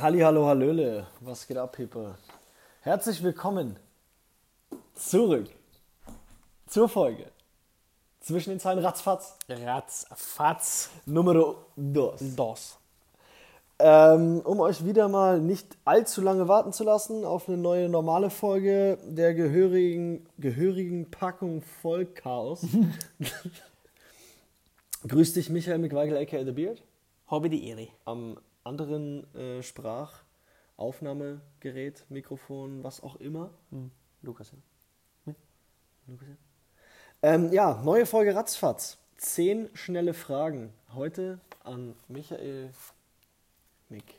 Halli, hallo, hallöle, was geht ab, Hippe? Herzlich willkommen zurück zur Folge zwischen den Zeilen Ratzfatz Ratzfatz. Nummer dos. Dos. Ähm, um euch wieder mal nicht allzu lange warten zu lassen auf eine neue normale Folge der gehörigen, gehörigen Packung Vollchaos. Grüß dich, Michael McWeigel, aka The Beard. Hobby die Eri. am anderen äh, Sprachaufnahmegerät, Mikrofon, was auch immer. Hm, Lukas. ja. Ähm, ja, neue Folge Ratzfatz. Zehn schnelle Fragen. Heute an Michael Mick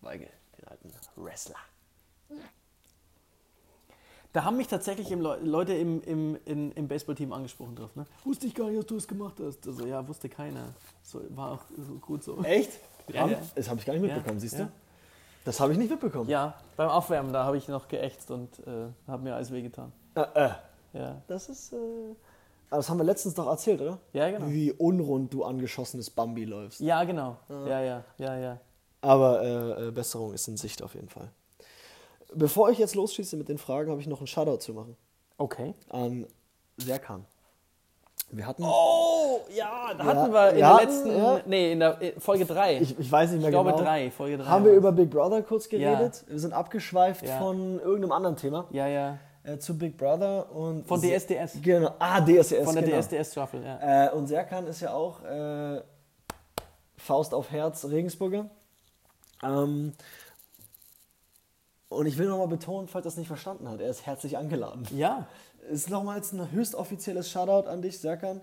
Weigel, den alten Wrestler. Da haben mich tatsächlich im Leu- Leute im, im, in, im Baseballteam angesprochen drauf. Ne? Wusste ich gar nicht, dass du es gemacht hast. Also ja, wusste keiner. So, war auch so gut so. Echt? Ja, Haben- ja. Das habe ich gar nicht mitbekommen, Ja, siehst ja. du? Das habe ich nicht mitbekommen. Ja, beim Aufwärmen, da habe ich noch geächtzt und äh, habe mir alles wehgetan. Äh, äh. Ja. Das ist. Äh, aber das haben wir letztens doch erzählt, oder? Ja, genau. Wie unrund du angeschossenes Bambi läufst. ja, genau. Ja, ja, ja, ja. Aber äh, äh, Besserung ist in Sicht auf jeden Fall. Bevor ich jetzt losschieße mit den Fragen, habe ich noch einen Shoutout zu machen Okay. an Serkan. ähm, Wir hatten, Oh, ja, da hatten wir in ja, der letzten, ja. nee, in der in Folge 3. ich, ich weiß nicht mehr Ich glaube, genau, drei, Folge drei haben wir war's. über Big Brother kurz geredet. Wir sind abgeschweift Ja. von irgendeinem anderen Thema ja, ja. äh, zu Big Brother und Von Se- DSDS. Genau, ah DSDS. Von der genau. DSDS-Staffel, ja. Äh, und Serkan ist ja auch äh, Faust auf Herz Regensburger. Ähm, und ich will nochmal betonen, falls er es nicht verstanden hat, er ist herzlich angeladen. Ja, Ist nochmals ein höchst offizielles Shoutout an dich, Serkan.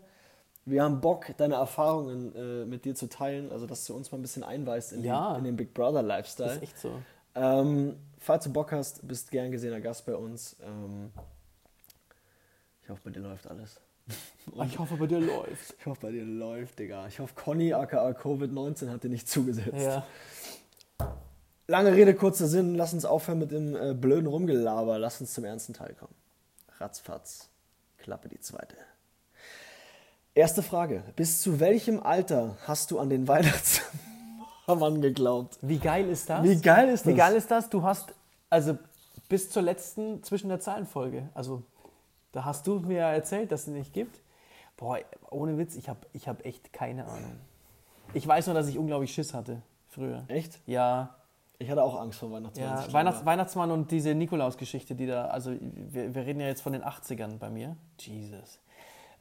Wir haben Bock, deine Erfahrungen äh, mit dir zu teilen, also dass du uns mal ein bisschen einweist in, Ja. den, in den Big Brother Lifestyle. ist echt so. Ähm, falls du Bock hast, bist gern gesehener Gast bei uns. Ähm, ich hoffe, bei dir läuft alles. Ah, Ich hoffe, bei dir läuft. Ich hoffe, bei dir läuft, Digga. Ich hoffe, Conny aka Covid-19 hat dir nicht zugesetzt. Ja. Lange Rede, kurzer Sinn. Lass uns aufhören mit dem äh, blöden Rumgelaber. Lass uns zum ernsten Teil kommen. Ratzfatz. Klappe die zweite. Erste Frage. Bis zu welchem Alter hast du an den Weihnachtsmann geglaubt? Wie geil ist das? Wie geil ist das? Wie geil ist das? Du hast, also bis zur letzten zwischen der Zahlenfolge, also da hast du mir ja erzählt, dass es nicht gibt. Boah, ohne Witz, ich habe ich hab echt keine Ahnung. Ich weiß nur, dass ich unglaublich Schiss hatte früher. Echt? Ja, Ich hatte auch Angst vor Weihnachtsmann. ja. als ich Weihnachts klein war. Weihnachtsmann und diese Nikolaus-Geschichte, die da, also wir, wir reden ja jetzt von den 80ern bei mir. Jesus.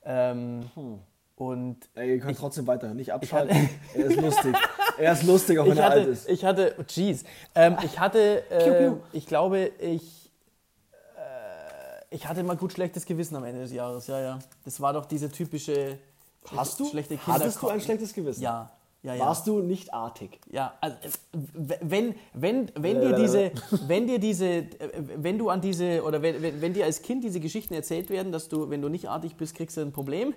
Ähm, Hm. Und Ey, ihr könnt trotzdem weiterhören. Nicht hatte- abschalten. er ist lustig. Er ist lustig, auch wenn ich er hatte, alt ist. Ah, Ich hatte, oh, jeez. Ähm, ich hatte, äh, piu. ich glaube, ich, äh, ich hatte mal gut schlechtes Gewissen am Ende des Jahres. Ja, ja. Das war doch diese typische Hast du? schlechte Kinder. Hattest du ein schlechtes Gewissen? Ja, ja, ja. Warst du nicht artig? Ja, also äh, w- wenn, wenn, wenn dir Äh, diese, wenn dir diese, äh, wenn du an diese, oder wenn, wenn, wenn dir als Kind diese Geschichten erzählt werden, dass du, wenn du nicht artig bist, kriegst du ein Problem.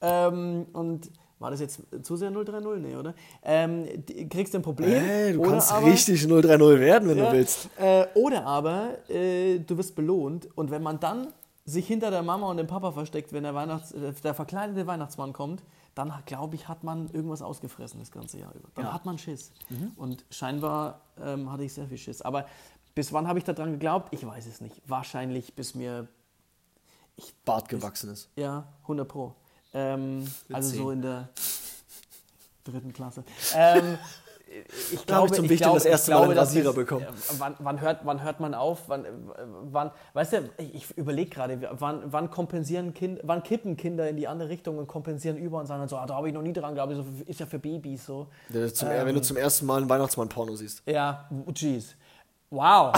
Ähm, und war das jetzt zu sehr 030? Nee, oder? Ähm, die- kriegst du ein Problem. Ey, Äh, du oder kannst aber- richtig 030 werden, wenn ja, du willst. Äh, oder aber äh, du wirst belohnt und wenn man dann sich hinter der Mama und dem Papa versteckt, wenn der, Weihnachts-, äh, der verkleidete Weihnachtsmann kommt, dann glaube ich, hat man irgendwas ausgefressen das ganze Jahr über. Dann hat man Schiss. Mhm. Und scheinbar ähm, hatte ich sehr viel Schiss. Aber bis wann habe ich daran geglaubt? Ich weiß es nicht. Wahrscheinlich bis mir, Bart gewachsen ist. ja, 100 Pro. Ähm, also so Witzig. in der dritten Klasse. Ähm, ich Da hab ich glaube, zum ich Wichteln glaube, das erste ich glaube, Mal einen dass Rasierer das- bekommen. äh, Wann, wann, hört, wann hört man auf? Wann, äh, wann, weißt du, ich überlege gerade, wann, wann kompensieren Kind, wann kippen Kinder in die andere Richtung und kompensieren über und sagen dann so, ah, da habe ich noch nie dran gehabt, so, ist ja für Babys so. wenn Ähm. du zum ersten Mal einen Weihnachtsmann-Porno siehst. Ja, Oh, jeez. Wow.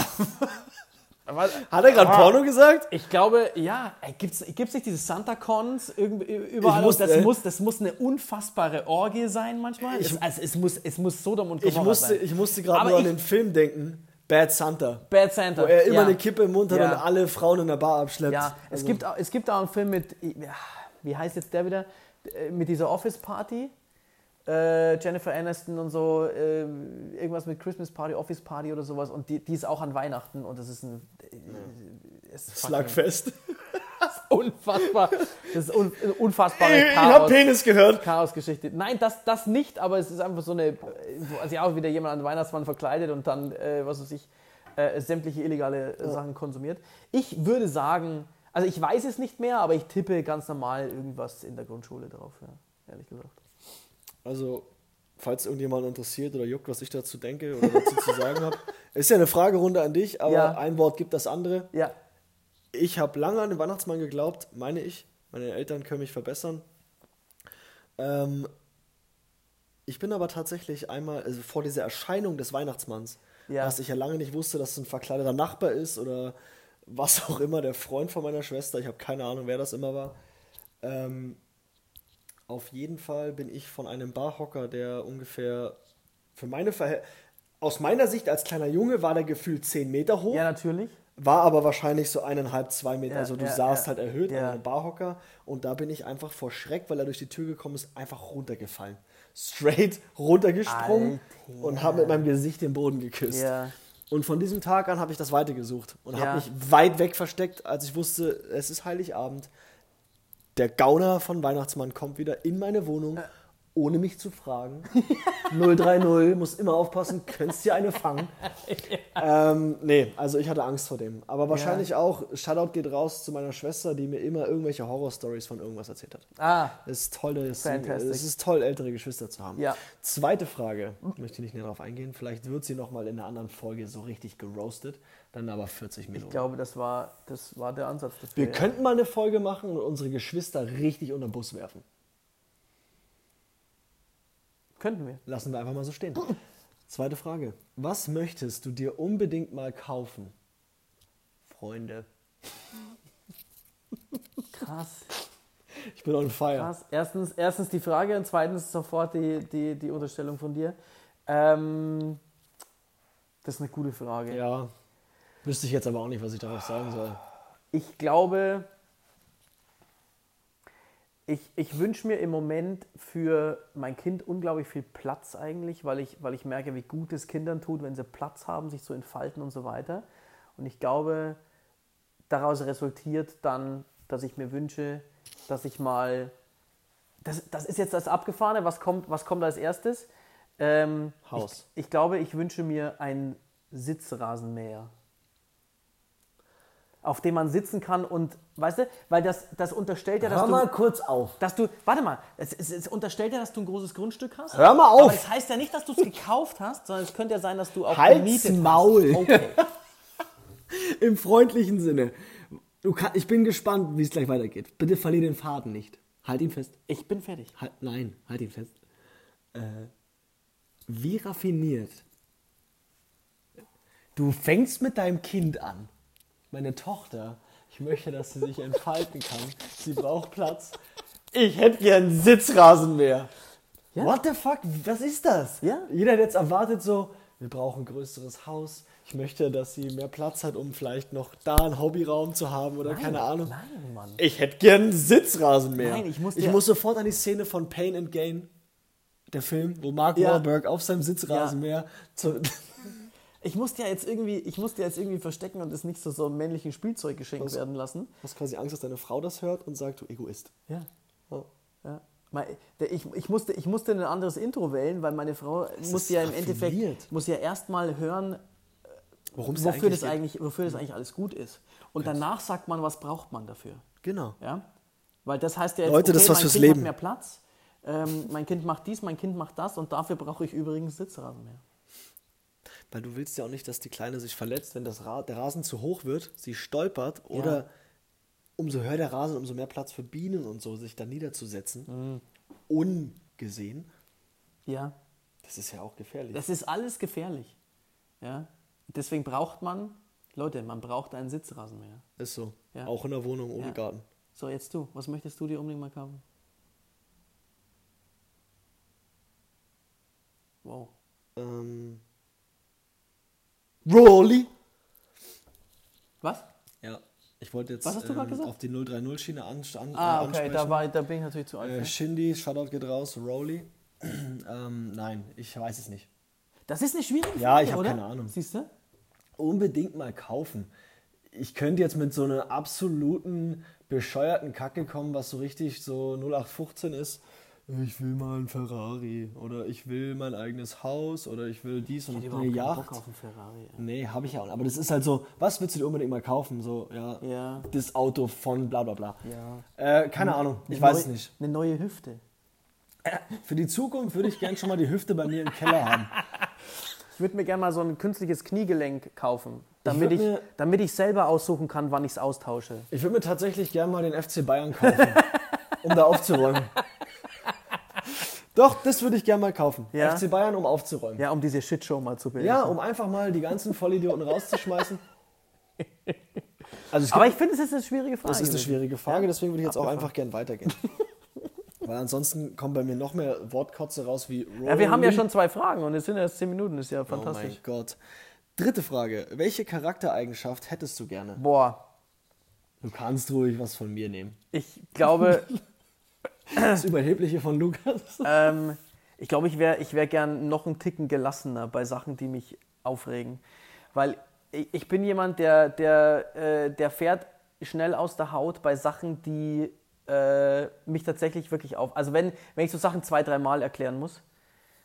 Was- Hat er gerade Ah. Porno gesagt? Ich glaube, ja, gibt es nicht diese Santa-Cons irgend- überall? Ich muss, das, äh, muss, das muss eine unfassbare Orgie sein manchmal. es, also es, muss, es muss Sodom und Ich Gomorra musste, sein. ich musste gerade Aber nur an ich- den Film denken. Bad Santa. Bad Santa. Wo er immer ja. eine Also Kippe im Mund hat Ja. und alle Frauen in der Bar abschleppt. Ja, es, gibt, auch- es gibt auch einen Film mit, ja, wie heißt jetzt der wieder? Äh, Mit dieser Office-Party. Äh, Jennifer Aniston und so, äh, irgendwas mit Christmas Party, Office Party oder sowas. Und die, die ist auch an Weihnachten und das ist ein. äh, Es ist fucking- Slugfest. unfassbar. Das ist un, Ey, ein unfassbares ich Chaos. hab Penis gehört. Chaosgeschichte. Nein, das, das nicht, aber es ist einfach so eine. wo sich auch wieder jemand an den Weihnachtsmann verkleidet und dann, äh, was weiß ich, äh, sämtliche illegale äh, Sachen konsumiert. Ich würde sagen, also ich weiß es nicht mehr, aber ich tippe ganz normal irgendwas in der Grundschule drauf, ja, ehrlich gesagt. Also, falls irgendjemand interessiert oder juckt, was ich dazu denke oder dazu zu sagen habe, ist ja eine Fragerunde an dich, aber Ja. ein Wort gibt das andere. Ja, Ich habe lange an den Weihnachtsmann geglaubt, meine ich. Meine Eltern können mich verbessern. Ähm, ich bin aber tatsächlich einmal, also vor dieser Erscheinung des Weihnachtsmanns, Ja. was ich ja lange nicht wusste, dass es ein verkleideter Nachbar ist oder was auch immer, der Freund von meiner Schwester, ich habe keine Ahnung, wer das immer war. Ähm, auf jeden Fall bin ich von einem Barhocker, der ungefähr für meine Verhältnisse, aus meiner Sicht als kleiner Junge war der gefühlt 10 Meter hoch. ja natürlich. War aber wahrscheinlich so eineinhalb, zwei Meter. Ja, also du ja, saßt ja. halt erhöht Ja. an einem Barhocker und da bin ich einfach vor Schreck, weil er durch die Tür gekommen ist, einfach runtergefallen. Straight runtergesprungen Alter. und habe mit meinem Gesicht den Boden geküsst. Ja. Und von diesem Tag an habe ich das weitergesucht und Ja. habe mich weit weg versteckt, als ich wusste, es ist Heiligabend. Der Gauner von Weihnachtsmann kommt wieder in meine Wohnung, ohne mich zu fragen. 030, muss immer aufpassen, könntest dir eine fangen. Ähm, nee, also ich hatte Angst vor dem. Aber wahrscheinlich auch, Shoutout geht raus zu meiner Schwester, die mir immer irgendwelche Horror-Stories von irgendwas erzählt hat. Ah, Es ist toll, dass Fantastic. es ist toll, ältere Geschwister zu haben. Ja. Zweite Frage, ich möchte nicht näher drauf eingehen. Vielleicht wird sie nochmal in einer anderen Folge so richtig geroastet, dann aber 40 Minuten. ich glaube, das war, das war der Ansatz dafür. Wir könnten mal eine Folge machen und unsere Geschwister richtig unter den Bus werfen. Könnten wir. Lassen wir einfach mal so stehen. Zweite Frage. Was möchtest du dir unbedingt mal kaufen? Freunde. Krass. Ich bin on fire. Krass. Erstens, erstens die Frage und zweitens sofort die, die, die Unterstellung von dir. Ähm, das ist eine gute Frage. Ja. Wüsste ich jetzt aber auch nicht, was ich darauf sagen soll. Ich glaube, ich, ich wünsche mir im Moment für mein Kind unglaublich viel Platz eigentlich, weil ich, weil ich merke, wie gut es Kindern tut, wenn sie Platz haben, sich zu entfalten und so weiter. Und ich glaube, daraus resultiert dann, dass ich mir wünsche, dass ich mal. Das, das ist jetzt das Abgefahrene, was kommt, was kommt als erstes? Ähm, Haus. Ich, ich glaube, ich wünsche mir ein Sitzrasenmäher auf dem man sitzen kann und, weißt du, weil das, das unterstellt ja, dass Hör mal du, kurz auf. dass du, warte mal, es, es, es unterstellt ja, dass du ein großes Grundstück hast. Hör mal auf! Aber das heißt ja nicht, dass du es gekauft hast, sondern es könnte ja sein, dass du auch Halt's gemietet Maul. hast. Okay. Im freundlichen Sinne. Du kann, ich bin gespannt, wie es gleich weitergeht. Bitte verlier den Faden nicht. Halt ihn fest. Ich bin fertig. Halt, nein, halt ihn fest. Äh, wie raffiniert. Du fängst mit deinem Kind an. Meine Tochter, ich möchte, dass sie sich entfalten kann. Sie braucht Platz. Ich hätte gern einen Sitzrasenmäher. Ja. What the fuck? Was ist das? Ja. Jeder hat jetzt erwartet so, wir brauchen ein größeres Haus. Ich möchte, dass sie mehr Platz hat, um vielleicht noch da einen Hobbyraum zu haben oder keine Ahnung. Nein, Mann. Ich hätte gern einen Sitzrasenmäher. Nein, ich muss ich dir- muss sofort an die Szene von Pain and Gain, der Film, wo Mark Ja. Wahlberg auf seinem Sitzrasenmäher zu. Ich muss dir jetzt irgendwie, ich muss dir jetzt irgendwie verstecken und es nicht so so einem männlichen Spielzeug geschenkt Was? werden lassen. hast quasi Angst, dass deine Frau das hört und sagt, du Egoist. Ja. Oh. Ja. Mal, der- Ich, ich, musste, ich musste ein anderes Intro wählen, weil meine Frau ist musste ja im raffiniert. Endeffekt muss ja erstmal hören, Worum's da wofür das, geht? eigentlich, wofür das eigentlich alles gut ist. Und danach sagt man, was braucht man dafür. Genau. Ja? Weil das heißt ja jetzt, Leute, das ist was mein fürs Kind Leben. hat mehr Platz, ähm, mein Kind macht dies, mein Kind macht das und dafür brauche ich übrigens Sitzrasenmäher. Weil du willst ja auch nicht, dass die Kleine sich verletzt, wenn das Ra der Rasen zu hoch wird, sie stolpert oder umso höher der Rasen, umso mehr Platz für Bienen und so, sich da niederzusetzen. Ungesehen. Ja, Das ist ja auch gefährlich. das ist alles gefährlich. Ja? Deswegen braucht man, Leute, man braucht einen Sitzrasenmäher. ist so. Ja. Auch in der Wohnung ohne Ja. Garten. So, jetzt du, was möchtest du dir unbedingt mal kaufen? Wow. Ähm, Rolli. Was? Ja, ich wollte jetzt Was hast du grad ähm, gesagt? auf die 030-Schiene an, an, äh, Ah, okay, ansprechen. da, war, da bin ich natürlich zu alt. äh, ne? Shindy, Shoutout geht raus, Rolli. ähm, nein, ich weiß es nicht. Das ist eine schwierige Frage, Ja, ich hab oder? keine Ahnung. Siehst du? Unbedingt mal kaufen. Ich könnte jetzt mit so einer absoluten bescheuerten Kacke kommen, was so richtig so 0815 ist. ich will mal ein Ferrari oder ich will mein eigenes Haus oder ich will dies Ich und hätte eine überhaupt keinen Yacht. Bock auf einen Ferrari. ey. Nee, habe ich ja auch. nicht. Aber das ist halt so, was willst du dir unbedingt mal kaufen? So, ja, Ja. das Auto von bla bla bla. Ja. Hm. Äh, keine Ahnung, ich weiß es nicht. Eine neue Hüfte. Für die Zukunft würde ich gern schon mal die Hüfte bei mir im Keller haben. Ich würde mir gerne mal so ein künstliches Kniegelenk kaufen, damit damit ich- ich, damit ich selber aussuchen kann, wann ich es austausche. Ich würde mir tatsächlich gern mal den FC Bayern kaufen, um da aufzuräumen. Doch, das würde ich gern mal kaufen. Ja. FC Bayern, um aufzuräumen. Ja, um diese Shitshow mal zu bilden. Ja, um einfach mal die ganzen Vollidioten rauszuschmeißen. Also es Aber ich finde, es ist eine schwierige Frage. Das ist eine gewesen. schwierige Frage, deswegen würde ich jetzt auch einfach gern weitergehen. Weil ansonsten kommen bei mir noch mehr Wortkotze raus wie Ja, wir haben ja Rory. schon zwei Fragen und es sind erst zehn Minuten, ist ja Oh mein fantastisch. Gott. Dritte Frage. Welche Charaktereigenschaft hättest du gerne? Boah, Du kannst ruhig was von mir nehmen. ich glaube, Das Überhebliche von Lukas. ähm, ich glaube, ich wäre ich wär gern noch einen Ticken gelassener bei Sachen, die mich aufregen. Weil ich, ich bin jemand, der, der, äh, der fährt schnell aus der Haut bei Sachen, die äh, mich tatsächlich wirklich auf. Also wenn, wenn ich so Sachen zwei, dreimal erklären muss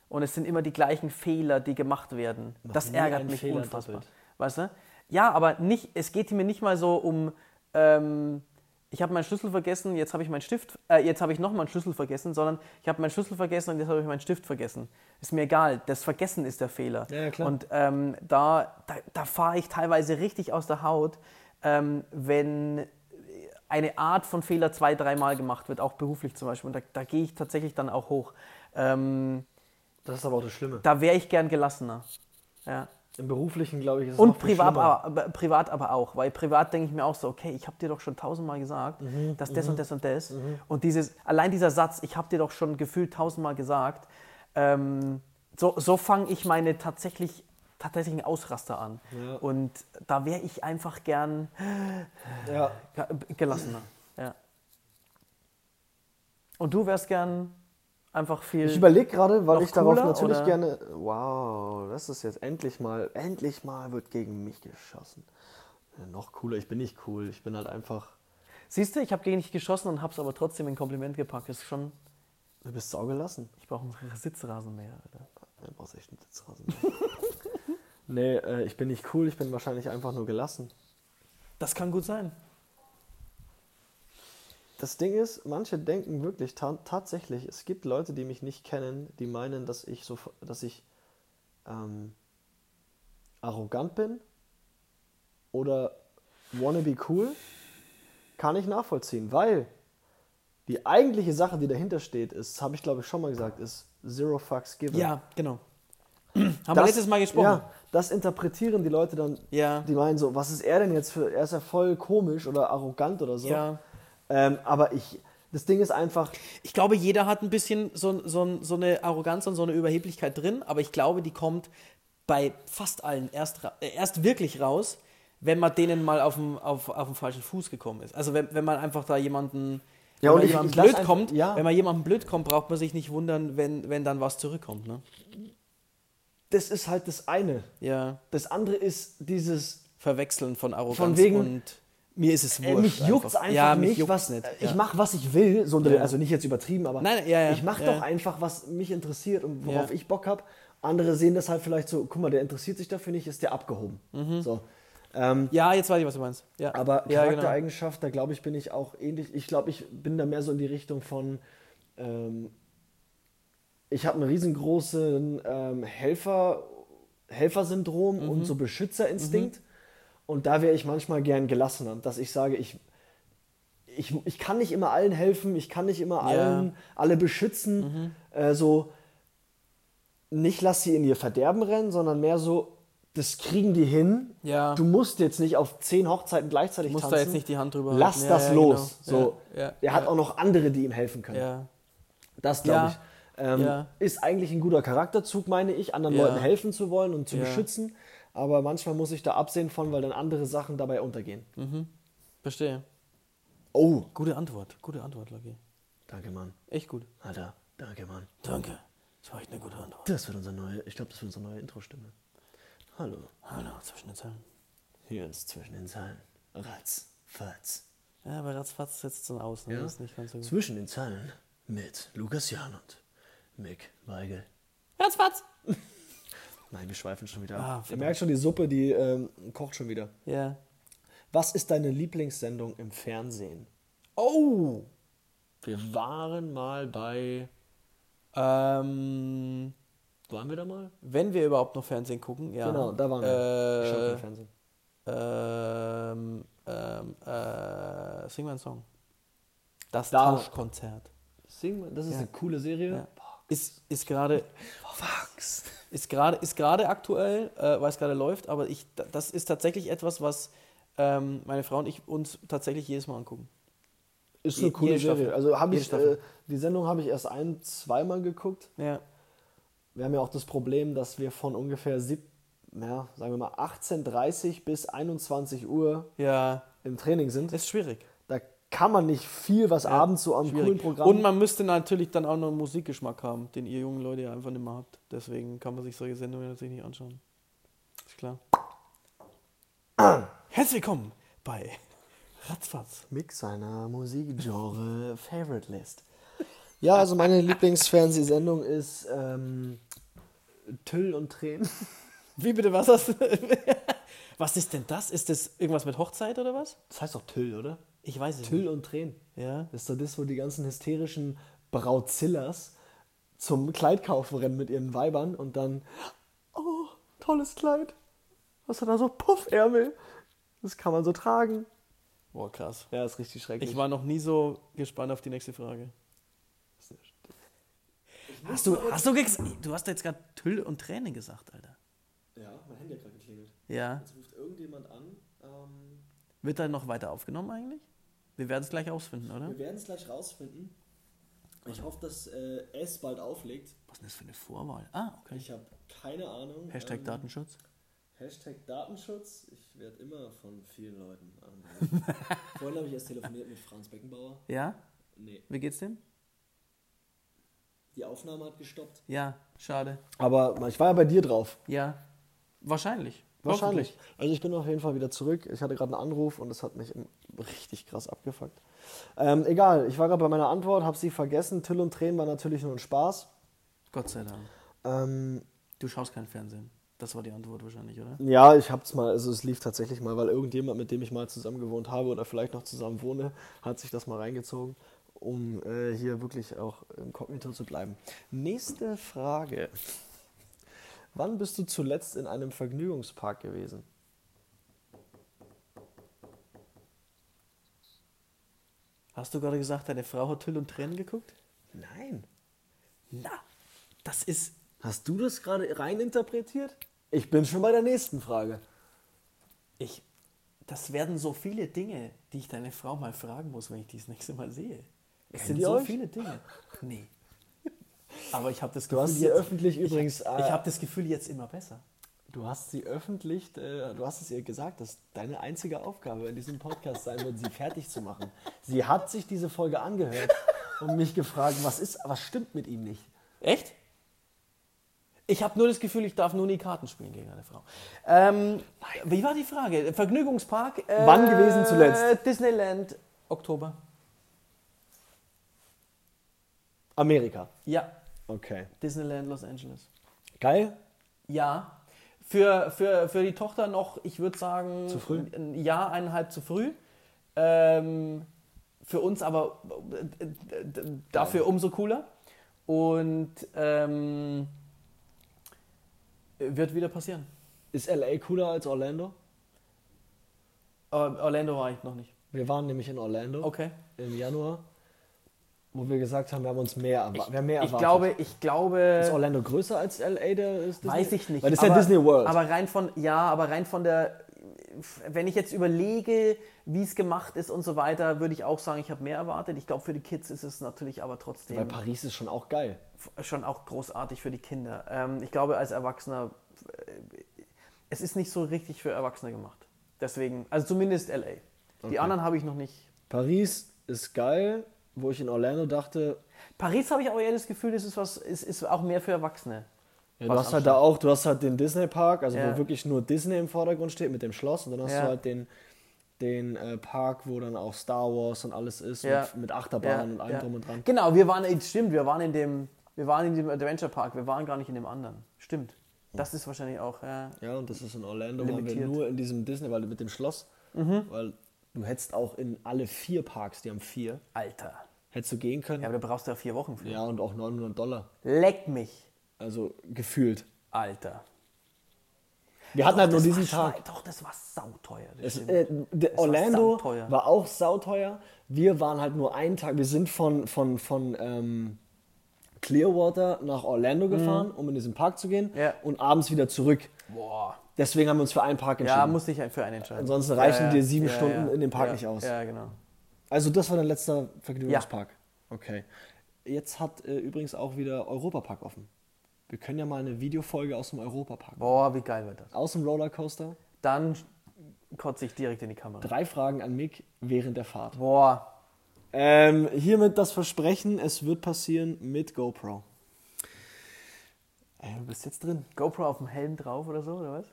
und es sind immer die gleichen Fehler, die gemacht werden, das nie ärgert einen mich Fehler unfassbar. doppelt. Weißt du? Ja, aber nicht, es geht mir nicht mal so um, ähm, ich habe meinen Schlüssel vergessen, jetzt habe ich meinen Stift, äh, jetzt habe ich noch meinen Schlüssel vergessen, sondern ich habe meinen Schlüssel vergessen und jetzt habe ich meinen Stift vergessen. Ist mir egal, das Vergessen ist der Fehler. Ja, ja, klar. Und ähm, da, da, da fahre ich teilweise richtig aus der Haut, ähm, wenn eine Art von Fehler zwei, dreimal gemacht wird, auch beruflich zum Beispiel. Und da, da gehe ich tatsächlich dann auch hoch. Ähm, Das ist aber auch das Schlimme. da wäre ich gern gelassener. Ja. Im Beruflichen, glaube ich, ist es noch Und viel privat schlimmer. aber, aber- privat aber auch, weil privat denke ich mir auch so, okay, ich habe dir doch schon tausendmal gesagt, Mhm, dass das und das und das und dieses, allein dieser Satz, ich habe dir doch schon gefühlt tausendmal gesagt, ähm, so, so fange ich meine tatsächlich tatsächlichen Ausraster an. Ja. Und da wäre ich einfach gern Ja, ge- gelassener. Ja. Und du wärst gern einfach viel... Ich überlege gerade, weil Noch ich darauf cooler, natürlich oder? gerne. Wow, das ist jetzt endlich mal, endlich mal wird gegen mich geschossen. Ja, noch cooler, ich bin nicht cool, ich bin halt einfach. Siehst du, ich habe gegen dich geschossen und habe es aber trotzdem in Kompliment gepackt. Das ist schon... Du bist saugelassen. Ich brauche einen Sitzrasenmäher, Alter. Du brauchst echt einen Sitzrasen. nee, äh, ich bin nicht cool, ich bin wahrscheinlich einfach nur gelassen. Das kann gut sein. Das Ding ist, manche denken wirklich ta tatsächlich, es gibt Leute, die mich nicht kennen, die meinen, dass ich so, dass ich ähm, arrogant bin oder wanna be cool, kann ich nachvollziehen, weil die eigentliche Sache, die dahinter steht, ist, habe ich glaube ich schon mal gesagt, ist zero fucks given. Ja, genau. Haben wir Das- letztes Mal gesprochen. Ja, das interpretieren die Leute dann. Ja. Die meinen so, was ist er denn jetzt für? Er ist ja voll komisch oder arrogant oder so. Ja. Ähm, aber ich, das Ding ist einfach, Ich glaube, jeder hat ein bisschen so, so, so eine Arroganz und so eine Überheblichkeit drin, aber ich glaube, die kommt bei fast allen erst, ra- äh, erst wirklich raus, wenn man denen mal auf den, auf, auf den falschen Fuß gekommen ist. Also wenn, wenn man einfach da jemanden, Ja, wenn und man ich- jemanden ich lass blöd einfach- kommt, ja. wenn man jemanden blöd kommt, braucht man sich nicht wundern, wenn, wenn dann was zurückkommt. Ne? das ist halt das eine. Ja. Das andere ist dieses, Verwechseln von Arroganz Von wegen- und mir ist es ey, wurscht. mich juckt's einfach ja, mich nicht, juckt's was, nicht. ich mache, was ich will, so unter den- also nicht jetzt übertrieben, aber Nein, ja, ja, ich mache ja. doch einfach, was mich interessiert und worauf Ja. ich Bock habe. Andere sehen das halt vielleicht so, guck mal, der interessiert sich dafür nicht, ist der abgehoben. Mhm. So. Ähm, Ja, jetzt weiß ich, was du meinst. Ja. genau. Aber ja, Charaktereigenschaft, da glaube ich, bin ich auch ähnlich. Ich glaube, ich bin da mehr so in die Richtung von, ähm, ich habe einen riesengroßen ähm, Helfer, Helfersyndrom Mhm. und so Beschützerinstinkt. Und da wäre ich manchmal gern gelassener, dass ich sage, ich, ich, ich kann nicht immer allen helfen, ich kann nicht immer allen, alle Mhm. beschützen. Äh, so, nicht lass sie in ihr Verderben rennen, sondern mehr so, das kriegen die hin. Ja. Du musst jetzt nicht auf zehn Hochzeiten gleichzeitig Musst da tanzen. jetzt nicht die Hand drüber Lass halten. Ja, das ja, los. genau. So, Ja, ja, er hat ja. auch noch andere, die ihm helfen können. Ja. Das glaube Ja. ich. Ähm, Ja. Ist eigentlich ein guter Charakterzug, meine ich, anderen Ja. Leuten helfen zu wollen und zu Ja. beschützen. Aber manchmal muss ich da absehen von, weil dann andere Sachen dabei untergehen. Hm. Verstehe. Oh, Gute Antwort. Gute Antwort, Lucky. danke, Mann. Echt gut. Alter, danke, Mann. Danke. Das war echt eine gute Antwort. Das wird unser neue, ich glaube, das wird unsere neue Intro-Stimme. Hallo, Hallo, zwischen den Zeilen. hier ist zwischen den Zeilen. Ratz, Fatz. Ja, aber ratzfatz setzt es dann aus. Ne? Das ist nicht ganz so gut. Zwischen den Zeilen mit Lukas Jan und Mick Weigel. Ratzfatz! Nein, wir schweifen schon wieder Ah, ab. Ihr verdammt. merkt schon, die Suppe, die ähm, kocht schon wieder. Ja. Was ist deine Lieblingssendung im Fernsehen? Oh! Wir waren mal bei. Ähm, Waren wir da mal? wenn wir überhaupt noch Fernsehen gucken, ja. Genau, da waren wir. Ich schaue kein wir. Fernsehen. Äh, ähm, ähm, äh, sing mal einen Song. Das Da- Tauschkonzert. Sing mal, das ist eine coole Serie. Ja. Ist, ist gerade Fox. Ist gerade ist gerade aktuell, äh, weil es gerade läuft, aber ich, da- das ist tatsächlich etwas, was ähm, meine Frau und ich uns tatsächlich jedes Mal angucken. Ist Je- eine coole jede Serie. Staffel. Also habe Jede ich äh, Staffel. die Sendung habe ich erst ein, zweimal geguckt. Ja. Wir haben ja auch das Problem, dass wir von ungefähr sieb, ja, sagen wir mal 18:30 bis 21 Uhr Ja. im Training sind. Ist schwierig. Da kann man nicht viel was abends so am coolen schwierig. Programm. Und man müsste natürlich dann auch noch einen Musikgeschmack haben, den ihr jungen Leute ja einfach nicht mehr habt. Deswegen kann man sich solche Sendungen natürlich nicht anschauen. Ist klar. Herzlich willkommen bei Ratzfatz. Mix seiner Musikgenre Favorite List. Ja, also meine Lieblingsfernsehsendung ist ähm, Tüll und Tränen. Wie bitte, was hast du? was ist denn das? Ist das irgendwas mit Hochzeit oder was? Das heißt doch Tüll, oder? Ich weiß es Tüll und Tränen. nicht. Ja. Das ist doch das, wo die ganzen hysterischen Brauzillas zum Kleidkaufen rennen mit ihren Weibern und dann, oh, tolles Kleid. Was hat da so Puffärmel? Das kann man so tragen. Boah, krass. Ja, ist richtig schrecklich. Ich war noch nie so gespannt auf die nächste Frage. Hast du, hast du, gex- du hast jetzt gerade Tüll und Tränen gesagt, Alter. ja, mein Handy hat gerade geklingelt. Ja. ruft irgendjemand an. ähm, Wird da noch weiter aufgenommen eigentlich? Wir werden es gleich ausfinden, oder? werden es gleich rausfinden. Ich hoffe, dass äh, es bald auflegt. Was ist denn das für eine Vorwahl? Ah, okay. Ich habe keine Ahnung. Ähm, Hashtag Datenschutz. Hashtag Datenschutz. Ich werde immer von vielen Leuten angerufen. Vorhin habe ich erst telefoniert mit Franz Beckenbauer. Ja? Nee, Wie geht's dem? die Aufnahme hat gestoppt. Ja, schade. Aber ich war ja bei dir drauf. Ja. Wahrscheinlich. Wahrscheinlich. Also ich bin auf jeden Fall wieder zurück. Ich hatte gerade einen Anruf und das hat mich im- richtig krass abgefuckt. Ähm, egal, ich war gerade bei meiner Antwort, habe sie vergessen. Till und Tränen war natürlich nur ein Spaß. Hoffentlich. Gott sei Dank. Ähm, Du schaust kein Fernsehen. Das war die Antwort wahrscheinlich, oder? Ja, ich hab's mal, also es lief tatsächlich mal, weil irgendjemand, mit dem ich mal zusammen gewohnt habe oder vielleicht noch zusammen wohne, hat sich das mal reingezogen, um äh, hier wirklich auch inkognito zu bleiben. Nächste Frage. Wann bist du zuletzt in einem Vergnügungspark gewesen? Hast du gerade gesagt, deine Frau hat Tüll und Tränen geguckt? Nein. Na, das ist Hast du das gerade reininterpretiert? Ich bin schon bei der nächsten Frage. Ich, das werden so viele Dinge, die ich deine Frau mal fragen muss, wenn ich die das nächste Mal sehe. Es sind ihr so euch? viele Dinge. Nee. Aber ich habe das Du Gefühl, hast sie öffentlich übrigens. ich habe das Gefühl jetzt immer besser. Du hast sie öffentlich, äh, du hast es ihr gesagt, dass deine einzige Aufgabe in diesem Podcast sein wird, sie fertig zu machen. Sie hat sich diese Folge angehört und mich gefragt, was ist, was stimmt mit ihm nicht? Echt? Ich habe nur das Gefühl, ich darf nur nie Karten spielen gegen eine Frau. Ähm, wie war die Frage? Vergnügungspark? äh, Wann gewesen zuletzt? Disneyland, Oktober. Amerika. Ja, Okay. Disneyland, Los Angeles. Geil? Ja. Für, für, für die Tochter noch, ich würde sagen, Zu früh? ein Jahr, eineinhalb zu früh. Ähm, für uns aber äh, d- d- dafür umso cooler. Und ähm, wird wieder passieren. Ist LA cooler als Orlando? Aber Orlando war ich noch nicht. Wir waren nämlich in Orlando Okay. im Januar, wo wir gesagt haben, wir haben uns mehr, erwa wir haben mehr Ich erwartet. glaube, ich ist glaube, Orlando größer als LA? Der ist Disney? weiß ich nicht. Weil das ist ja Disney World. Aber rein von, ja, aber rein von der, wenn ich jetzt überlege, wie es gemacht ist und so weiter, würde ich auch sagen, ich habe mehr erwartet. Ich glaube, für die Kids ist es natürlich aber Weil trotzdem Paris ist schon auch geil. schon auch großartig für die Kinder. Ähm, ich glaube, als Erwachsener, äh, es ist nicht so richtig für Erwachsene gemacht. Deswegen, also zumindest LA. Die anderen habe ich noch nicht. Paris ist geil, wo ich in Orlando dachte, Paris habe ich aber eher das Gefühl, das ist, was, ist, ist auch mehr für Erwachsene. Ja, du was hast halt da auch, du hast halt den Disney Park, also Ja. wo wirklich nur Disney im Vordergrund steht mit dem Schloss und dann hast Ja. du halt den den äh, Park, wo dann auch Star Wars und alles ist, Ja. mit, mit Achterbahnen Ja, und allem ja. drum und dran. Genau, wir waren, eh, stimmt, wir waren in dem, wir waren in dem Adventure Park, wir waren gar nicht in dem anderen. Stimmt. Das ist wahrscheinlich auch, ja. Ja, und das ist in Orlando, waren wir Limitiert. Mhm. nur in diesem Disney, weil mit dem Schloss, weil du hättest auch in alle vier Parks, die haben vier, Alter. hättest du gehen können. Ja, Ja, aber da brauchst du ja vier Wochen für. und auch 900 Dollar, Leck mich, also gefühlt. Alter. Wir hatten halt nur Das diesen war, Tag. schwe- Doch, das war sauteuer. Das Es, stimmt. äh, der war Orlando war, sauteuer. auch sauteuer. Wir waren halt nur einen Tag. Wir sind von, von, von ähm, Clearwater nach Orlando gefahren, um in diesen Park zu gehen Mhm. Ja. und abends wieder zurück. Boah. Deswegen haben wir uns für einen Park entschieden. Ja, musste ich halt für einen entscheiden. Ansonsten Ja, reichen ja, dir sieben ja, Stunden ja, in dem Park ja, nicht aus. Ja, genau. also das war dein letzter Vergnügungspark. Okay. Jetzt hat äh, übrigens auch wieder Europapark offen. Wir können ja mal eine Videofolge aus dem Europapark. Boah, wie geil wird das. Aus dem Rollercoaster. Dann kotze ich direkt in die Kamera. Drei Fragen an Mick während der Fahrt. Boah. Ähm, hiermit das Versprechen, es wird passieren mit GoPro. Ey, du bist jetzt drin. GoPro auf dem Helm drauf oder so, oder was?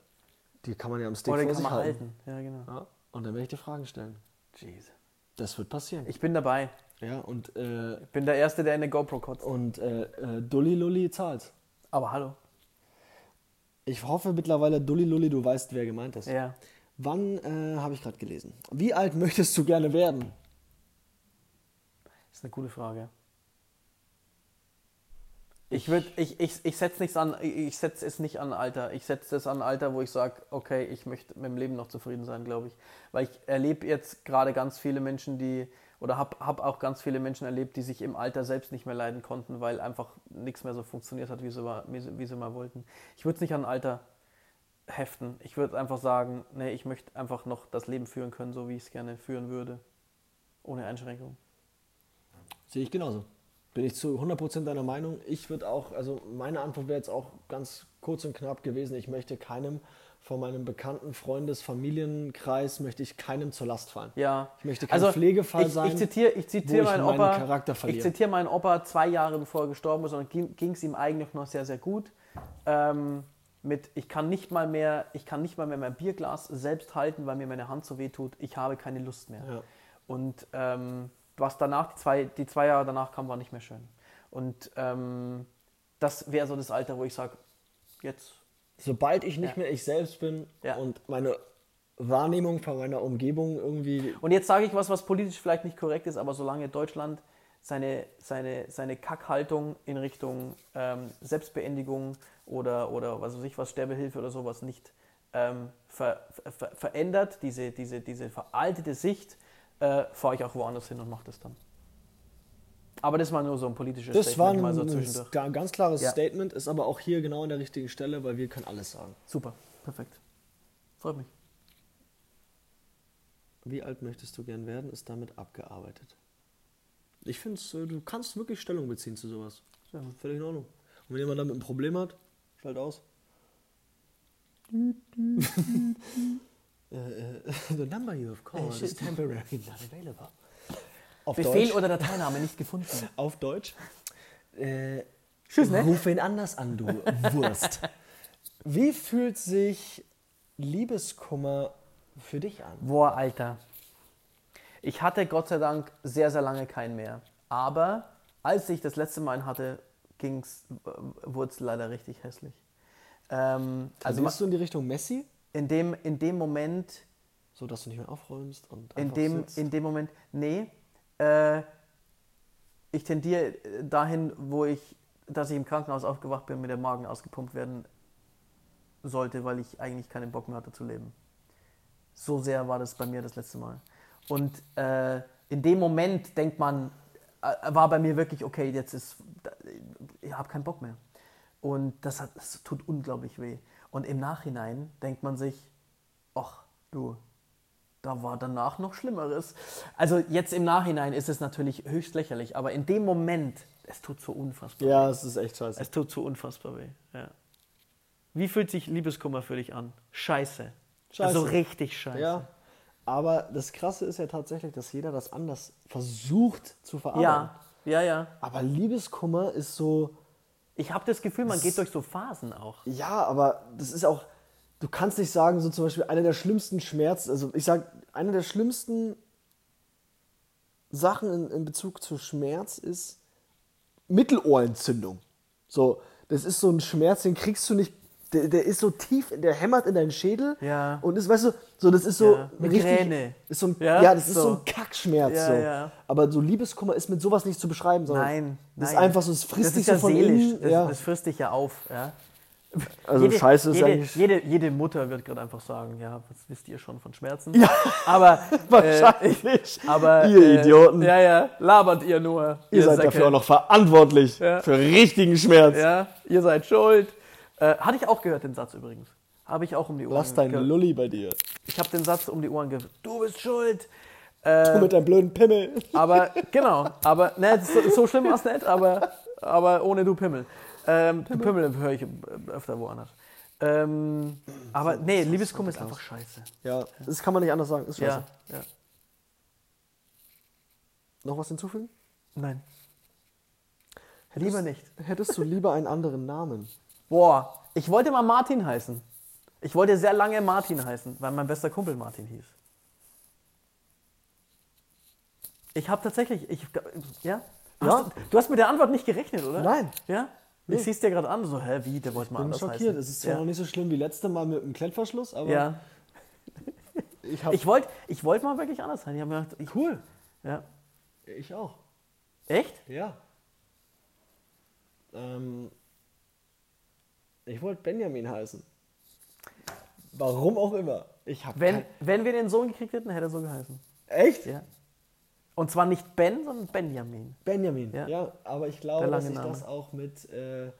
Die kann man ja am Stick Oder vor Oh, kann sich halt. man halten. halten. Ja, genau. Ja, und dann werde ich dir Fragen stellen. Jeez. Das wird passieren. Ich bin dabei. ja, und, äh, Ich bin der Erste, der in eine GoPro kotzt. und äh, äh, Dulli Lulli zahlt. Aber hallo. Ich hoffe mittlerweile, Dulli Lulli, du weißt, wer gemeint ist. Ja. Wann äh, habe ich gerade gelesen? Wie alt möchtest du gerne werden? Ist eine coole Frage. Ich würde, ich, ich, ich setze nichts an, ich setze es nicht an Alter. Ich setze es an Alter, wo ich sage, okay, ich möchte mit dem Leben noch zufrieden sein, glaube ich. Weil ich erlebe jetzt gerade ganz viele Menschen, die, oder habe hab auch ganz viele Menschen erlebt, die sich im Alter selbst nicht mehr leiden konnten, weil einfach nichts mehr so funktioniert hat, wie sie, wa- wie sie, wie sie mal wollten. Ich würde es nicht an Alter heften. Ich würde einfach sagen, nee, ich möchte einfach noch das Leben führen können, so wie ich es gerne führen würde. Ohne Einschränkung. Sehe ich genauso. Bin ich zu 100% deiner Meinung. Ich würde auch, also meine Antwort wäre jetzt auch ganz kurz und knapp gewesen. Ich möchte keinem von meinem bekannten Freundes, Familienkreis, möchte ich keinem zur Last fallen. Ja. Also, Ich möchte kein Pflegefall ich, sein, Ich zitiere, ich wo ich zitiere meinen meinen Opa. Charakter verliere. ich zitiere meinen Opa zwei Jahre bevor er gestorben ist und ging es ihm eigentlich noch sehr, sehr gut. Ähm, mit, ich kann nicht mal mehr, ich kann nicht mal mehr mein Bierglas selbst halten, weil mir meine Hand so weh tut. Ich habe keine Lust mehr. Ja. Und ähm, was danach, die zwei, die zwei Jahre danach kam, war nicht mehr schön. Und ähm, das wäre so das Alter, wo ich sage, jetzt Sobald ich nicht Ja. mehr ich selbst bin Ja. und meine Wahrnehmung von meiner Umgebung irgendwie. Und jetzt sage ich was, was politisch vielleicht nicht korrekt ist, aber solange Deutschland seine, seine, seine Kackhaltung in Richtung ähm, Selbstbeendigung oder, oder was weiß ich was, Sterbehilfe oder sowas nicht ähm, ver, ver, verändert, diese, diese, diese veraltete Sicht, äh, fahre ich auch woanders hin und mache das dann. Aber das war nur so ein politisches Das war ein, mal so ein zwischendurch. ga- ganz klares Ja. Statement, ist aber auch hier genau an der richtigen Stelle, weil wir können alles sagen. Super, perfekt. Freut mich. Wie alt möchtest du gern werden, ist damit abgearbeitet. Ich finde, du kannst wirklich Stellung beziehen zu sowas. Sehr gut. Völlig in Ordnung. Und wenn jemand damit ein Problem hat, schalt aus. Äh, äh, The number you have called is temporarily not available. Auf Befehl Deutsch. oder Dateiname nicht gefunden. Auf Deutsch. Äh, Tschüss, ne? Ruf ihn anders an, du Wurst. Wie fühlt sich Liebeskummer für dich an? Boah, Alter. Ich hatte Gott sei Dank sehr, sehr lange keinen mehr. Aber als ich das letzte Mal einen hatte, ging's, äh, wurde es leider richtig hässlich. Ähm, Also also machst du in die Richtung Messi? in dem, in dem Moment, So, dass du nicht mehr aufräumst und in einfach dem, sitzt. in dem Moment, nee, äh, ich tendiere äh, dahin, wo ich, dass ich im Krankenhaus aufgewacht bin und mir der Magen ausgepumpt werden sollte, weil ich eigentlich keinen Bock mehr hatte zu leben. So sehr war das bei mir das letzte Mal. Und äh, in dem Moment denkt man, äh, war bei mir wirklich, okay, jetzt ist, ich habe keinen Bock mehr. Und das, hat, das tut unglaublich weh. Und im Nachhinein denkt man sich, ach du, da war danach noch Schlimmeres. Also jetzt im Nachhinein ist es natürlich höchst lächerlich, aber in dem Moment, es tut so unfassbar Ja, es ist echt scheiße. es tut so unfassbar weh. Ja. Wie fühlt sich Liebeskummer für dich an? Scheiße. Scheiße. Also richtig scheiße. Ja. Aber das Krasse ist ja tatsächlich, dass jeder das anders versucht zu verarbeiten. ja, ja. ja. Aber Liebeskummer ist so, Ich habe das Gefühl, man geht durch so Phasen auch. ja, aber das ist auch, du kannst nicht sagen, so zum Beispiel, einer der schlimmsten Schmerzen, also ich sag, einer der schlimmsten Sachen in, in Bezug zu Schmerz ist Mittelohrentzündung. So, das ist so ein Schmerz, den kriegst du nicht, der, der ist so tief, der hämmert in deinen Schädel Ja. und ist, weißt du, so, das ist so Ja. Migräne. richtig, ist so ein, ja, Ja, das ist so. so ein Kackschmerz, Ja, so. ja. Aber so Liebeskummer ist mit sowas nicht zu beschreiben, sondern Nein, das nein. ist einfach so, es frisst das dich ist so ja von seelisch. innen. das, ja. das frisst dich ja auf. Ja. Also Scheiße ist jede, eigentlich. Jede, jede Mutter wird gerade einfach sagen, ja, was wisst ihr schon von Schmerzen? Ja. Aber, Äh, Wahrscheinlich. aber Ihr äh, Idioten. Ja, ja, labert ihr nur. Ihr seid Säcke. dafür auch noch verantwortlich. Ja. Für richtigen Schmerz. Ja, ihr seid schuld. Äh, hatte ich auch gehört, den Satz übrigens. Habe ich auch um die Ohren Lass deinen ge- Lulli bei dir. Ich habe den Satz um die Ohren gehört. Du bist schuld. Äh, Du mit deinem blöden Pimmel. aber genau, aber ne, so, so schlimm war es nicht, aber, aber ohne du Pimmel. Ähm, Pimmel, Pimmel höre ich öfter woanders. Ähm, aber nee, Liebeskummer ist einfach scheiße. Ja, das kann man nicht anders sagen. Ist scheiße. Ja, ja. Noch was hinzufügen? Nein. Lieber nicht. Hättest du lieber einen anderen Namen? Boah, ich wollte mal Martin heißen. Ich wollte sehr lange Martin heißen, weil mein bester Kumpel Martin hieß. Ich habe tatsächlich, ich, ja? Hast, du- du hast mit der Antwort nicht gerechnet, oder? Nein. Ja? Ich sieh's dir gerade an, so, hä, wie, der wollte mal Ich bin anders schockiert. heißen. Es ist zwar ja. noch nicht so schlimm wie letzte Mal mit dem Klettverschluss, aber Ja. ich hab. Ich wollte ich wollt mal wirklich anders sein. Ich hab mir gedacht, ich, cool. ja. Ich auch. Echt? Ja. Ähm, ich wollte Benjamin heißen. Warum auch immer. Ich hab Wenn, kein- wenn wir den Sohn gekriegt hätten, hätte er so geheißen. Echt? Ja. Und zwar nicht Ben, sondern Benjamin. Benjamin, ja. Ja. aber ich glaube, Der dass lange ich Name. das auch mit. Äh,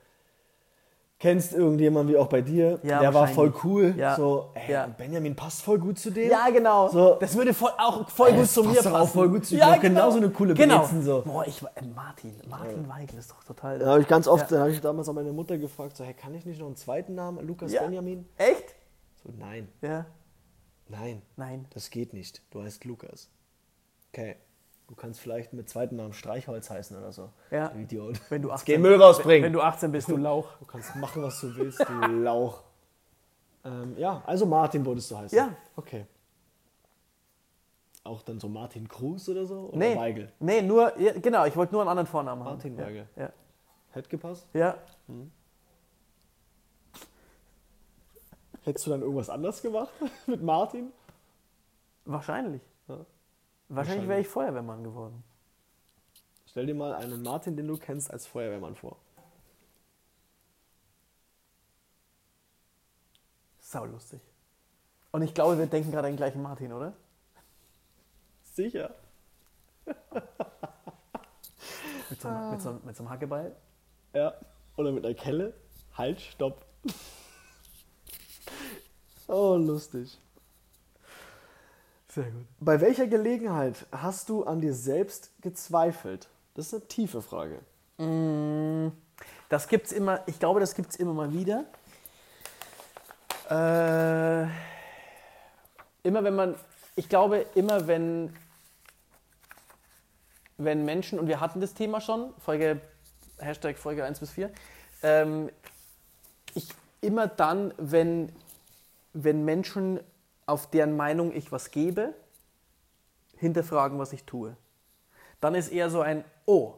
kennst irgendjemand wie auch bei dir? Ja, der war wahrscheinlich. voll cool. Ja. So, ey, Ja. Benjamin passt voll gut zu dem. Ja, genau. So. Das würde voll, auch voll Ey, gut das zu mir passt doch passen. genau. auch voll gut zu- ich brauch genauso eine coole Brezen, so. Boah, ich war, äh, Martin, Martin Weigel ist doch total. Da habe ich ganz oft, Ja. dann habe ich damals auch meine Mutter gefragt, so, hey, kann ich nicht noch einen zweiten Namen, Lukas Ja. Benjamin? Echt? So, nein, Ja. nein, Nein. das geht nicht. Du heißt Lukas. Okay. Du kannst vielleicht mit zweiten Namen Streichholz heißen oder so. Ja. Du Idiot. Wenn du Jetzt 18 geh Müll rausbringen. Wenn du 18 bist, du Lauch. Du kannst machen, was du willst, du Lauch. Ähm, ja, also Martin würdest du heißen. Ja. Okay. Auch dann so Martin Cruz oder so? Oder Nee. Weigel? Nee, nur, ja, genau, ich wollte nur einen anderen Vornamen haben. Martin Weigel. Ja. Hätte gepasst? ja. ja. Hättest du dann irgendwas anders gemacht mit Martin? Wahrscheinlich. Ja. Wahrscheinlich wäre ich Feuerwehrmann geworden. Stell dir mal einen Martin, den du kennst, als Feuerwehrmann vor. Sau lustig. Und ich glaube, wir denken gerade an den gleichen Martin, oder? Sicher. Mit so, einem- mit so, einem- mit so einem Hackebeil. Ja. Oder mit einer Kelle. Halt, stopp. oh, lustig. Sehr gut. Bei welcher Gelegenheit hast du an dir selbst gezweifelt? Das ist eine tiefe Frage. Mm, Das gibt's immer, ich glaube, das gibt's immer mal wieder. Äh, immer wenn man, ich glaube, immer wenn, wenn Menschen, und wir hatten das Thema schon, Folge, Hashtag Folge 1 bis 4, ähm, ich, immer dann, wenn, wenn Menschen, auf deren Meinung ich was gebe, hinterfragen, was ich tue. Dann ist eher so ein, oh,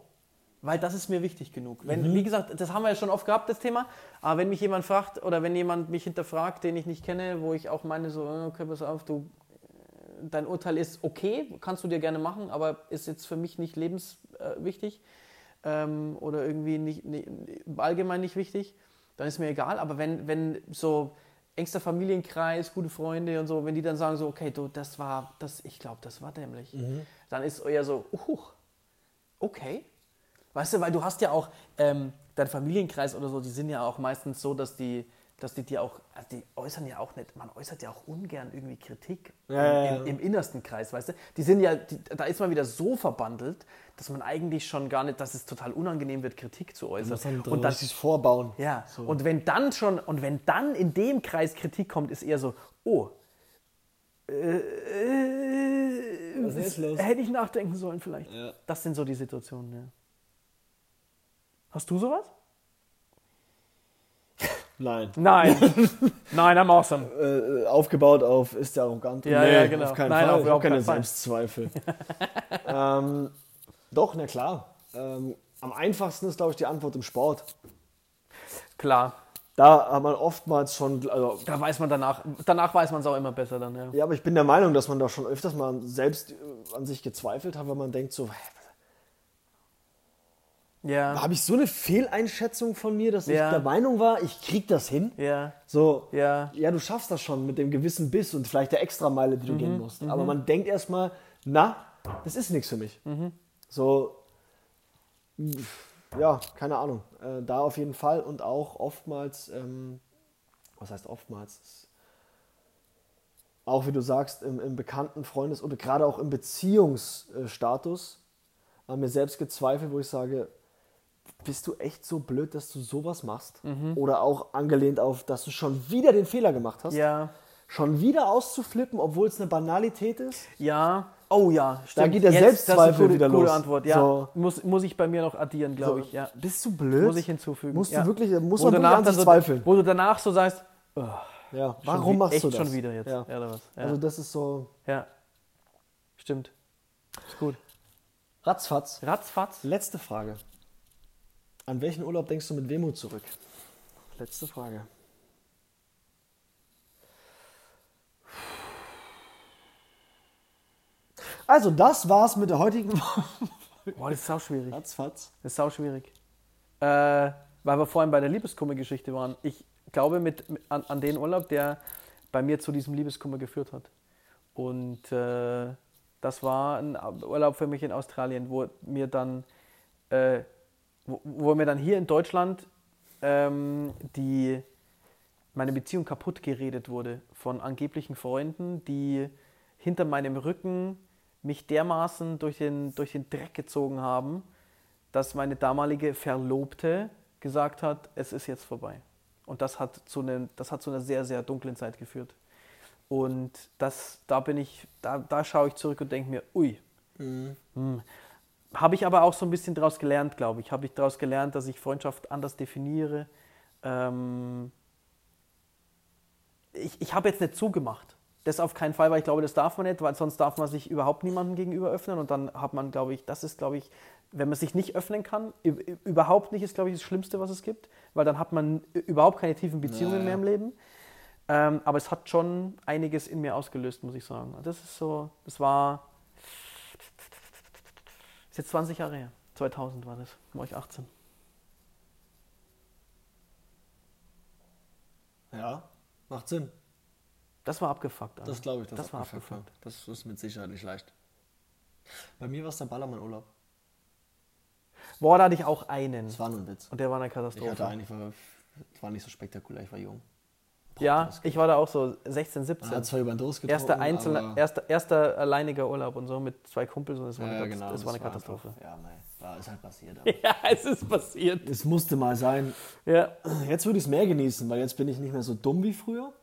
weil das ist mir wichtig genug. Wenn, Wie gesagt, das haben wir ja schon oft gehabt, das Thema. Aber wenn mich jemand fragt oder wenn jemand mich hinterfragt, den ich nicht kenne, wo ich auch meine, so, äh, okay, pass auf, du, äh, dein Urteil ist okay, kannst du dir gerne machen, aber ist jetzt für mich nicht lebenswichtig ähm, oder irgendwie nicht, nicht, allgemein nicht wichtig, dann ist mir egal. Aber wenn, wenn so engster Familienkreis, gute Freunde und so, wenn die dann sagen so, okay, du, das war, das, ich glaube, das war dämlich, dann ist eher so, uh, okay. Weißt du, weil du hast ja auch ähm, dein Familienkreis oder so, die sind ja auch meistens so, dass die, dass die dir auch, also die äußern ja auch nicht, man äußert ja auch ungern irgendwie Kritik Ja, im, ja, ja. Im, im innersten Kreis, weißt du? Die sind ja, die, da ist man wieder so verbandelt, dass man eigentlich schon gar nicht, dass es total unangenehm wird, Kritik zu äußern. Und dann, sich vorbauen. ja, und wenn dann schon, und wenn dann in dem Kreis Kritik kommt, ist eher so, oh, äh, Was ist los? hätte ich nachdenken sollen vielleicht. Ja. Das sind so die Situationen, ja. Hast du sowas? Nein. Nein. Nein, I'm awesome. Äh, aufgebaut auf ist der arrogant. Ja, ja, genau. Auf keinen Nein, Fall. auf ich habe überhaupt keine keinen Fall. Selbstzweifel. ähm, doch, na klar. Ähm, am einfachsten ist, glaube ich, die Antwort im Sport. Klar. Da hat man oftmals schon, also, Da weiß man danach, danach weiß man es auch immer besser dann, ja. ja, aber ich bin der Meinung, dass man da schon öfters mal selbst äh, an sich gezweifelt hat, weil man denkt so, Ja. habe ich so eine Fehleinschätzung von mir, dass Ja. ich der Meinung war, ich krieg das hin? Ja. So, Ja. ja, du schaffst das schon mit dem gewissen Biss und vielleicht der Extrameile, die du gehen musst. Aber man denkt erstmal, na, das ist nichts für mich. So, ja, keine Ahnung. Äh, da auf jeden Fall und auch oftmals, ähm, was heißt oftmals? Auch wie du sagst, im, im bekannten Freundes- oder gerade auch im Beziehungsstatus an mir selbst gezweifelt, wo ich sage, bist du echt so blöd, dass du sowas machst? Mhm. Oder auch angelehnt auf, dass du schon wieder den Fehler gemacht hast. Ja. Schon wieder auszuflippen, obwohl es eine Banalität ist. Ja. Oh ja, stimmt. geht der Jetzt, das ist Selbstzweifel eine gute, wieder gute los. Antwort, ja. So. Muss, muss ich bei mir noch addieren, glaube ich, ja. Bist du blöd? Muss ich hinzufügen. Musst ja. du wirklich, äh, muss Wo man wirklich danach an dann sich so, zweifeln. Wo du danach so sagst, Ja. schon Warum wie- machst echt du das? schon wieder jetzt? Ja. Ja, oder was? Ja. Also das ist so ja. Stimmt. Ist gut. ratzfatz. Ratzfatz. Letzte Frage. An welchen Urlaub denkst du mit Wehmut zurück? Letzte Frage. Also, das war's mit der heutigen Boah, das ist auch schwierig. Ratzfatz. Das ist sau schwierig. Äh, weil wir vorhin bei der Liebeskummer-Geschichte waren. Ich glaube mit, mit- an, an den Urlaub, der bei mir zu diesem Liebeskummer geführt hat. Und äh, das war ein Urlaub für mich in Australien, wo mir dann, äh, wo, wo mir dann hier in Deutschland ähm, die, meine Beziehung kaputt geredet wurde von angeblichen Freunden, die hinter meinem Rücken mich dermaßen durch den, durch den Dreck gezogen haben, dass meine damalige Verlobte gesagt hat, es ist jetzt vorbei. Und das hat zu, einem, das hat zu einer sehr, sehr dunklen Zeit geführt. Und das, da bin ich, da, da schaue ich zurück und denke mir, ui. Hm. Habe ich aber auch so ein bisschen daraus gelernt, glaube ich. Habe ich daraus gelernt, dass ich Freundschaft anders definiere. Ähm, ich, ich habe jetzt nicht zugemacht. Das auf keinen Fall, weil ich glaube, das darf man nicht, weil sonst darf man sich überhaupt niemandem gegenüber öffnen und dann hat man, glaube ich, das ist, glaube ich, wenn man sich nicht öffnen kann, ü- ü- überhaupt nicht ist, glaube ich, das Schlimmste, was es gibt, weil dann hat man ü- überhaupt keine tiefen Beziehungen mehr im Leben. Ähm, aber es hat schon einiges in mir ausgelöst, muss ich sagen. Das ist so, das war, ist jetzt 20 Jahre her. 2000 war das, war ich 18. Ja, macht Sinn. Das war abgefuckt. Alter. Das glaube ich, dass das war abgefuckt abgefuckt. war. Das ist mit Sicherheit nicht leicht. Bei mir war es der Ballermann-Urlaub. Boah, da hatte ich auch einen. Das war nur ein Witz. Und der war eine Ich Katastrophe. hatte eigentlich, war, war nicht so spektakulär, ich war jung. Ja, ich war da auch so 16, 17. Man hat zwar über den Durst getrunken, erster, einzelner, aber- erster, erster alleiniger Urlaub und so mit zwei Kumpels und es war, Ja, eine, Kat- genau, es war eine einfach- Katastrophe. Ja, mei, war, ist halt passiert. aber- Ja, es ist passiert. Es musste mal sein. Ja. Jetzt würde ich es mehr genießen, weil jetzt bin ich nicht mehr so dumm wie früher.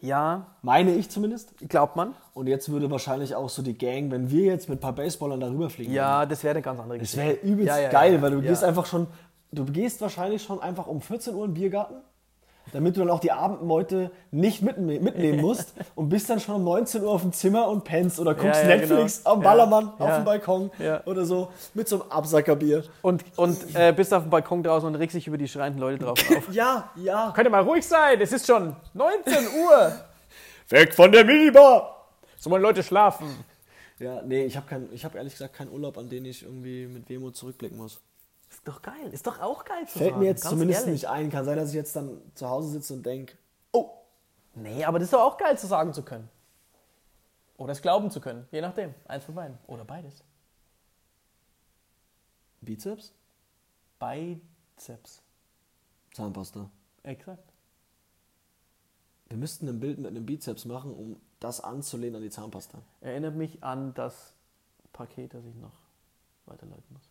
ja, Meine ich zumindest. glaubt man. Und jetzt würde wahrscheinlich auch so die Gang, wenn wir jetzt mit ein paar Baseballern darüber fliegen. Ja, das wäre eine ganz andere Das Geschichte. wäre übelst Ja, ja, geil, ja, weil du ja. gehst einfach schon, du gehst wahrscheinlich schon einfach um 14 Uhr in den Biergarten, damit du dann auch die Abendmeute nicht mit, mitnehmen musst und bist dann schon um 19 Uhr auf dem Zimmer und pennst oder guckst ja, Netflix genau. am Ballermann, Ja, auf ja, dem Balkon ja. oder so mit so einem Absackerbier. Und, und äh, bist auf dem Balkon draußen und regst dich über die schreienden Leute drauf auf. Ja, ja. Könnt ihr mal ruhig sein, es ist schon 19 Uhr. Weg von der Minibar! So wollen Leute schlafen. Ja, nee, ich habe kein, ich hab ehrlich gesagt keinen Urlaub, an den ich irgendwie mit Wehmut zurückblicken muss. Ist doch geil, ist doch auch geil zu Fällt sagen, mir jetzt ganz zumindest ehrlich. nicht ein. Kann sein, dass ich jetzt dann zu Hause sitze und denke, Oh. Nee, aber das ist doch auch geil zu sagen zu können. Oder es glauben zu können, je nachdem. Eins von beiden. Oder beides. Bizeps? Bizeps. Zahnpasta. Exakt. Wir müssten ein Bild mit einem Bizeps machen, um das anzulehnen an die Zahnpasta. Erinnert mich an das Paket, das ich noch weiterleiten muss.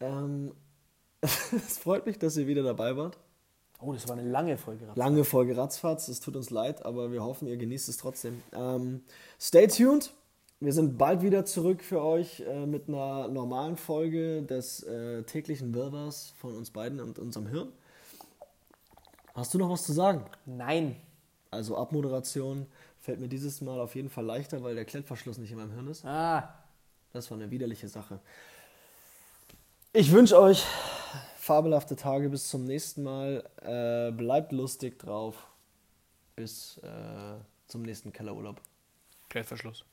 Ähm, es freut mich, dass ihr wieder dabei wart. Oh, das war eine lange Folge. Raff. Lange Folge Ratzfatz, es tut uns leid, aber wir hoffen, ihr genießt es trotzdem. Ähm, stay tuned. Wir sind bald wieder zurück für euch äh, mit einer normalen Folge des äh, täglichen Wirrwarrs von uns beiden und unserem Hirn. Hast du noch was zu sagen? Nein. Also Abmoderation fällt mir dieses Mal auf jeden Fall leichter, weil der Klettverschluss nicht in meinem Hirn ist. Ah, Das war eine widerliche Sache. Ich wünsche euch fabelhafte Tage. Bis zum nächsten Mal. Äh, bleibt lustig drauf. Bis äh, zum nächsten Kellerurlaub. Geldverschluss.